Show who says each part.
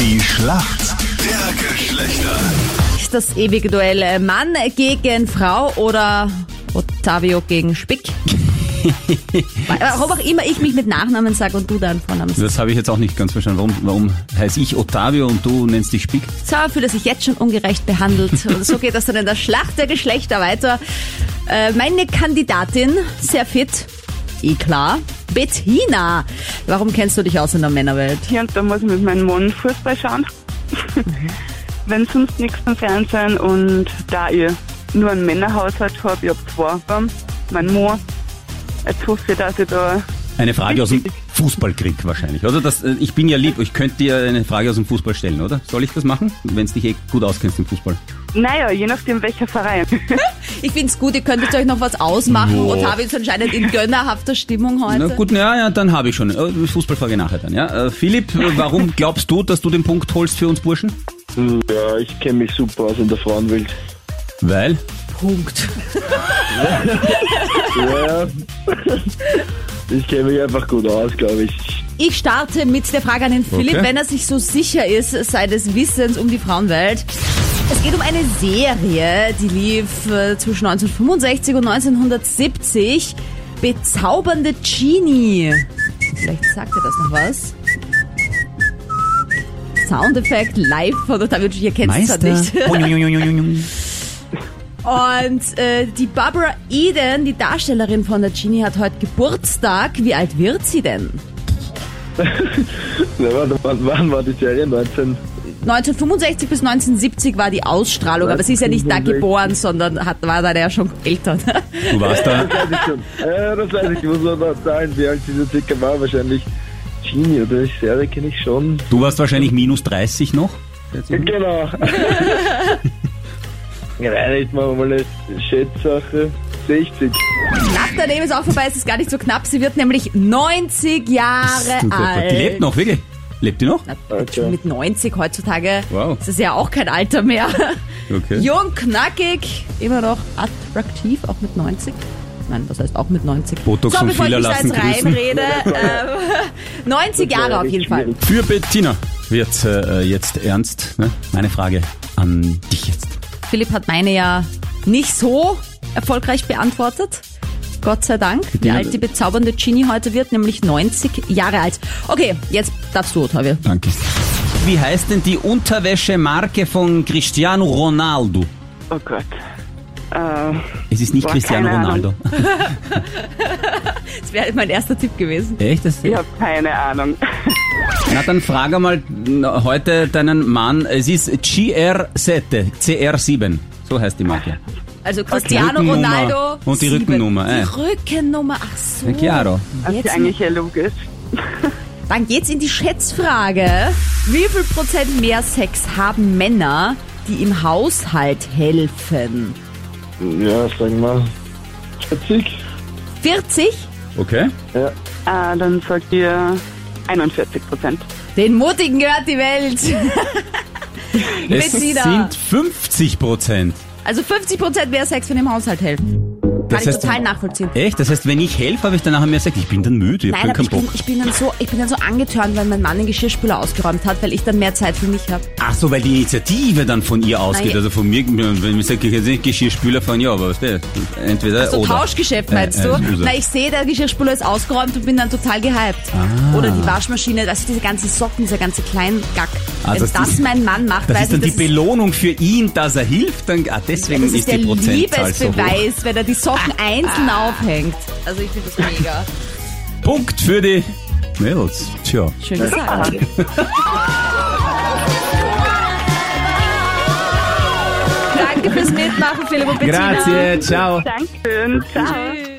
Speaker 1: Die Schlacht der Geschlechter.
Speaker 2: Das ewige Duell äh, Mann gegen Frau oder Ottavio gegen Spick. Warum auch immer ich mich mit Nachnamen sage und du deinen Vornamen sagst.
Speaker 3: Das habe ich jetzt auch nicht ganz verstanden. Warum, warum heiße ich Ottavio und du nennst dich Spick?
Speaker 2: So fühlt er sich jetzt schon ungerecht behandelt. Und so geht das dann in der Schlacht der Geschlechter weiter. Äh, meine Kandidatin, sehr fit, eh klar, Bettina. Warum kennst du dich aus in der Männerwelt?
Speaker 4: Hier und da muss ich mit meinem Mann Fußball schauen. Wenn sonst nichts im Fernsehen und da ich nur einen Männerhaushalt habe, ich habe zwei Buben, mein Mann. Jetzt hoffe ich, dass ich da.
Speaker 3: Eine Frage aus dem Fußballkrieg wahrscheinlich. Also das, äh, ich bin ja lieb, ich könnte dir eine Frage aus dem Fußball stellen, oder? Soll ich das machen, wenn es dich eh gut auskennst im Fußball?
Speaker 4: Naja, je nachdem welcher Verein.
Speaker 2: Ich find's gut, ihr könntet euch noch was ausmachen.
Speaker 3: Boah.
Speaker 2: Ottavio ist anscheinend in gönnerhafter Stimmung heute.
Speaker 3: Na gut, na ja, dann habe ich schon. Äh, Fußballfrage nachher dann, ja. Äh, Philipp, äh, warum glaubst du, dass du den Punkt holst für uns Burschen?
Speaker 5: Ja, ich kenne mich super aus in der Frauenwelt.
Speaker 3: Weil?
Speaker 2: Punkt.
Speaker 5: Ja, ich kenne mich einfach gut aus, glaube ich.
Speaker 2: Ich starte mit der Frage an den Philipp,
Speaker 3: Okay.
Speaker 2: wenn er sich so sicher ist, seines Wissens um die Frauenwelt. Es geht um eine Serie, die lief äh, zwischen 1965 und 1970. Bezaubernde Genie. Vielleicht sagt er das noch was. Soundeffekt live von Ottavio G. Ihr kennt es zwar nicht. Und äh, die Barbara Eden, die Darstellerin von der Genie, hat heute Geburtstag. Wie alt wird sie denn?
Speaker 5: Na, wann, wann, wann war die Serie? 19?
Speaker 2: 1965 bis 1970 war die Ausstrahlung, aber sie ist ja nicht da
Speaker 5: 1965.
Speaker 2: geboren, sondern hat, war da ja schon älter. ne?
Speaker 3: Du warst da.
Speaker 5: Weiß ich schon. Äh, das weiß ich, muss man da zahlen, wie alt diese circa war. Wahrscheinlich Genie oder die Serie kenne ich schon.
Speaker 3: Du warst wahrscheinlich minus 30 noch.
Speaker 2: Mhm.
Speaker 5: Genau. ja, nein, ich mache mal eine Schätzsache. 60.
Speaker 2: Knapp daneben ist auch vorbei, es ist gar nicht so knapp. Sie wird nämlich 90 Jahre
Speaker 3: Du Gott,
Speaker 2: alt.
Speaker 3: Die lebt noch, wirklich. Lebt die noch?
Speaker 2: Jetzt schon Mit 90 heutzutage
Speaker 3: Wow.
Speaker 2: ist es ja auch kein Alter mehr.
Speaker 3: Okay.
Speaker 2: Jung, knackig, immer noch attraktiv, auch mit 90. Nein, was heißt auch mit 90?
Speaker 3: Botox
Speaker 2: so,
Speaker 3: und
Speaker 2: bevor ich
Speaker 3: Filler
Speaker 2: mich da jetzt
Speaker 3: lassen grüßen.
Speaker 2: reinrede, ähm, 90 Jahre auf jeden Fall.
Speaker 3: Für Bettina wird äh, jetzt ernst. Ne? Meine Frage an dich jetzt.
Speaker 2: Philipp hat meine ja nicht so erfolgreich beantwortet. Gott sei Dank. Wie
Speaker 3: Ja.
Speaker 2: alt die bezaubernde Genie heute wird, nämlich 90 Jahre alt. Okay, jetzt darfst du, Ottavio.
Speaker 3: Danke. Wie heißt denn die Unterwäschemarke von Cristiano Ronaldo?
Speaker 4: Oh Gott. Äh,
Speaker 3: Es ist nicht
Speaker 4: Boah,
Speaker 3: Cristiano
Speaker 4: keine
Speaker 3: Ronaldo.
Speaker 2: Das wäre mein erster Tipp gewesen.
Speaker 3: Echt? Das
Speaker 4: ich habe keine Ahnung.
Speaker 3: Na dann frage mal na, heute deinen Mann. Es ist CR7. CR7. So heißt die Marke.
Speaker 2: Also Cristiano
Speaker 3: Rückennummer
Speaker 2: Ronaldo.
Speaker 3: und die
Speaker 2: sieben.
Speaker 3: Rückennummer,
Speaker 2: Die
Speaker 3: äh.
Speaker 2: Rückennummer, ach so.
Speaker 3: Na, chiaro.
Speaker 4: Das ist
Speaker 2: Jetzt,
Speaker 4: eigentlich ja logisch.
Speaker 2: dann geht's in die Schätzfrage. Wie viel Prozent mehr Sex haben Männer, die im Haushalt helfen?
Speaker 5: Ja, sagen wir 40.
Speaker 2: 40?
Speaker 3: Okay.
Speaker 5: Ja.
Speaker 4: Äh, dann sagt ihr 41 Prozent.
Speaker 2: Den Mutigen gehört die Welt.
Speaker 3: Es
Speaker 2: Bettina.
Speaker 3: sind 50 Prozent.
Speaker 2: Also 50% mehr Sex für den Haushalt helfen. Kann
Speaker 3: Das
Speaker 2: ich
Speaker 3: heißt-
Speaker 2: total nachvollziehen.
Speaker 3: Echt? Das heißt, wenn ich helfe, habe ich danach mehr gesagt, ich bin dann müde, ich
Speaker 2: Nein,
Speaker 3: habe
Speaker 2: aber
Speaker 3: keinen
Speaker 2: ich bin,
Speaker 3: Bock.
Speaker 2: ich, bin dann so, ich bin dann so angetörnt, weil mein Mann den Geschirrspüler ausgeräumt hat, weil ich dann mehr Zeit für mich habe.
Speaker 3: Ach so, weil die Initiative dann von ihr ausgeht.
Speaker 2: Nein.
Speaker 3: Also von mir, wenn ich sage, ich nicht Geschirrspüler von ja, aber weißt du, entweder
Speaker 2: So
Speaker 3: oder.
Speaker 2: Tauschgeschäft
Speaker 3: Äh,
Speaker 2: meinst
Speaker 3: äh,
Speaker 2: du?
Speaker 3: Scusa.
Speaker 2: Na, ich sehe, der Geschirrspüler ist ausgeräumt und bin dann total gehypt. Oder die Waschmaschine, also diese ganzen Socken, dieser ganze Kleingack.
Speaker 3: Ah,
Speaker 2: Wenn
Speaker 3: das
Speaker 2: das,
Speaker 3: ist-
Speaker 2: mein Mann macht,
Speaker 3: Das
Speaker 2: weiß
Speaker 3: ist dann die
Speaker 2: ich, das ist,
Speaker 3: Belohnung für ihn, dass er hilft. Dann, ah, deswegen
Speaker 2: das
Speaker 3: ist,
Speaker 2: ist der
Speaker 3: die Prozentzahl so hoch.
Speaker 2: Liebesbeweis, wenn er die Socken einzeln aufhängt. Also ich finde das mega.
Speaker 3: Punkt für die Mädels. Tja.
Speaker 2: Schön gesagt. Danke fürs Mitmachen, Philipp und Bettina.
Speaker 3: Grazie, ciao.
Speaker 4: Dankeschön. Ciao.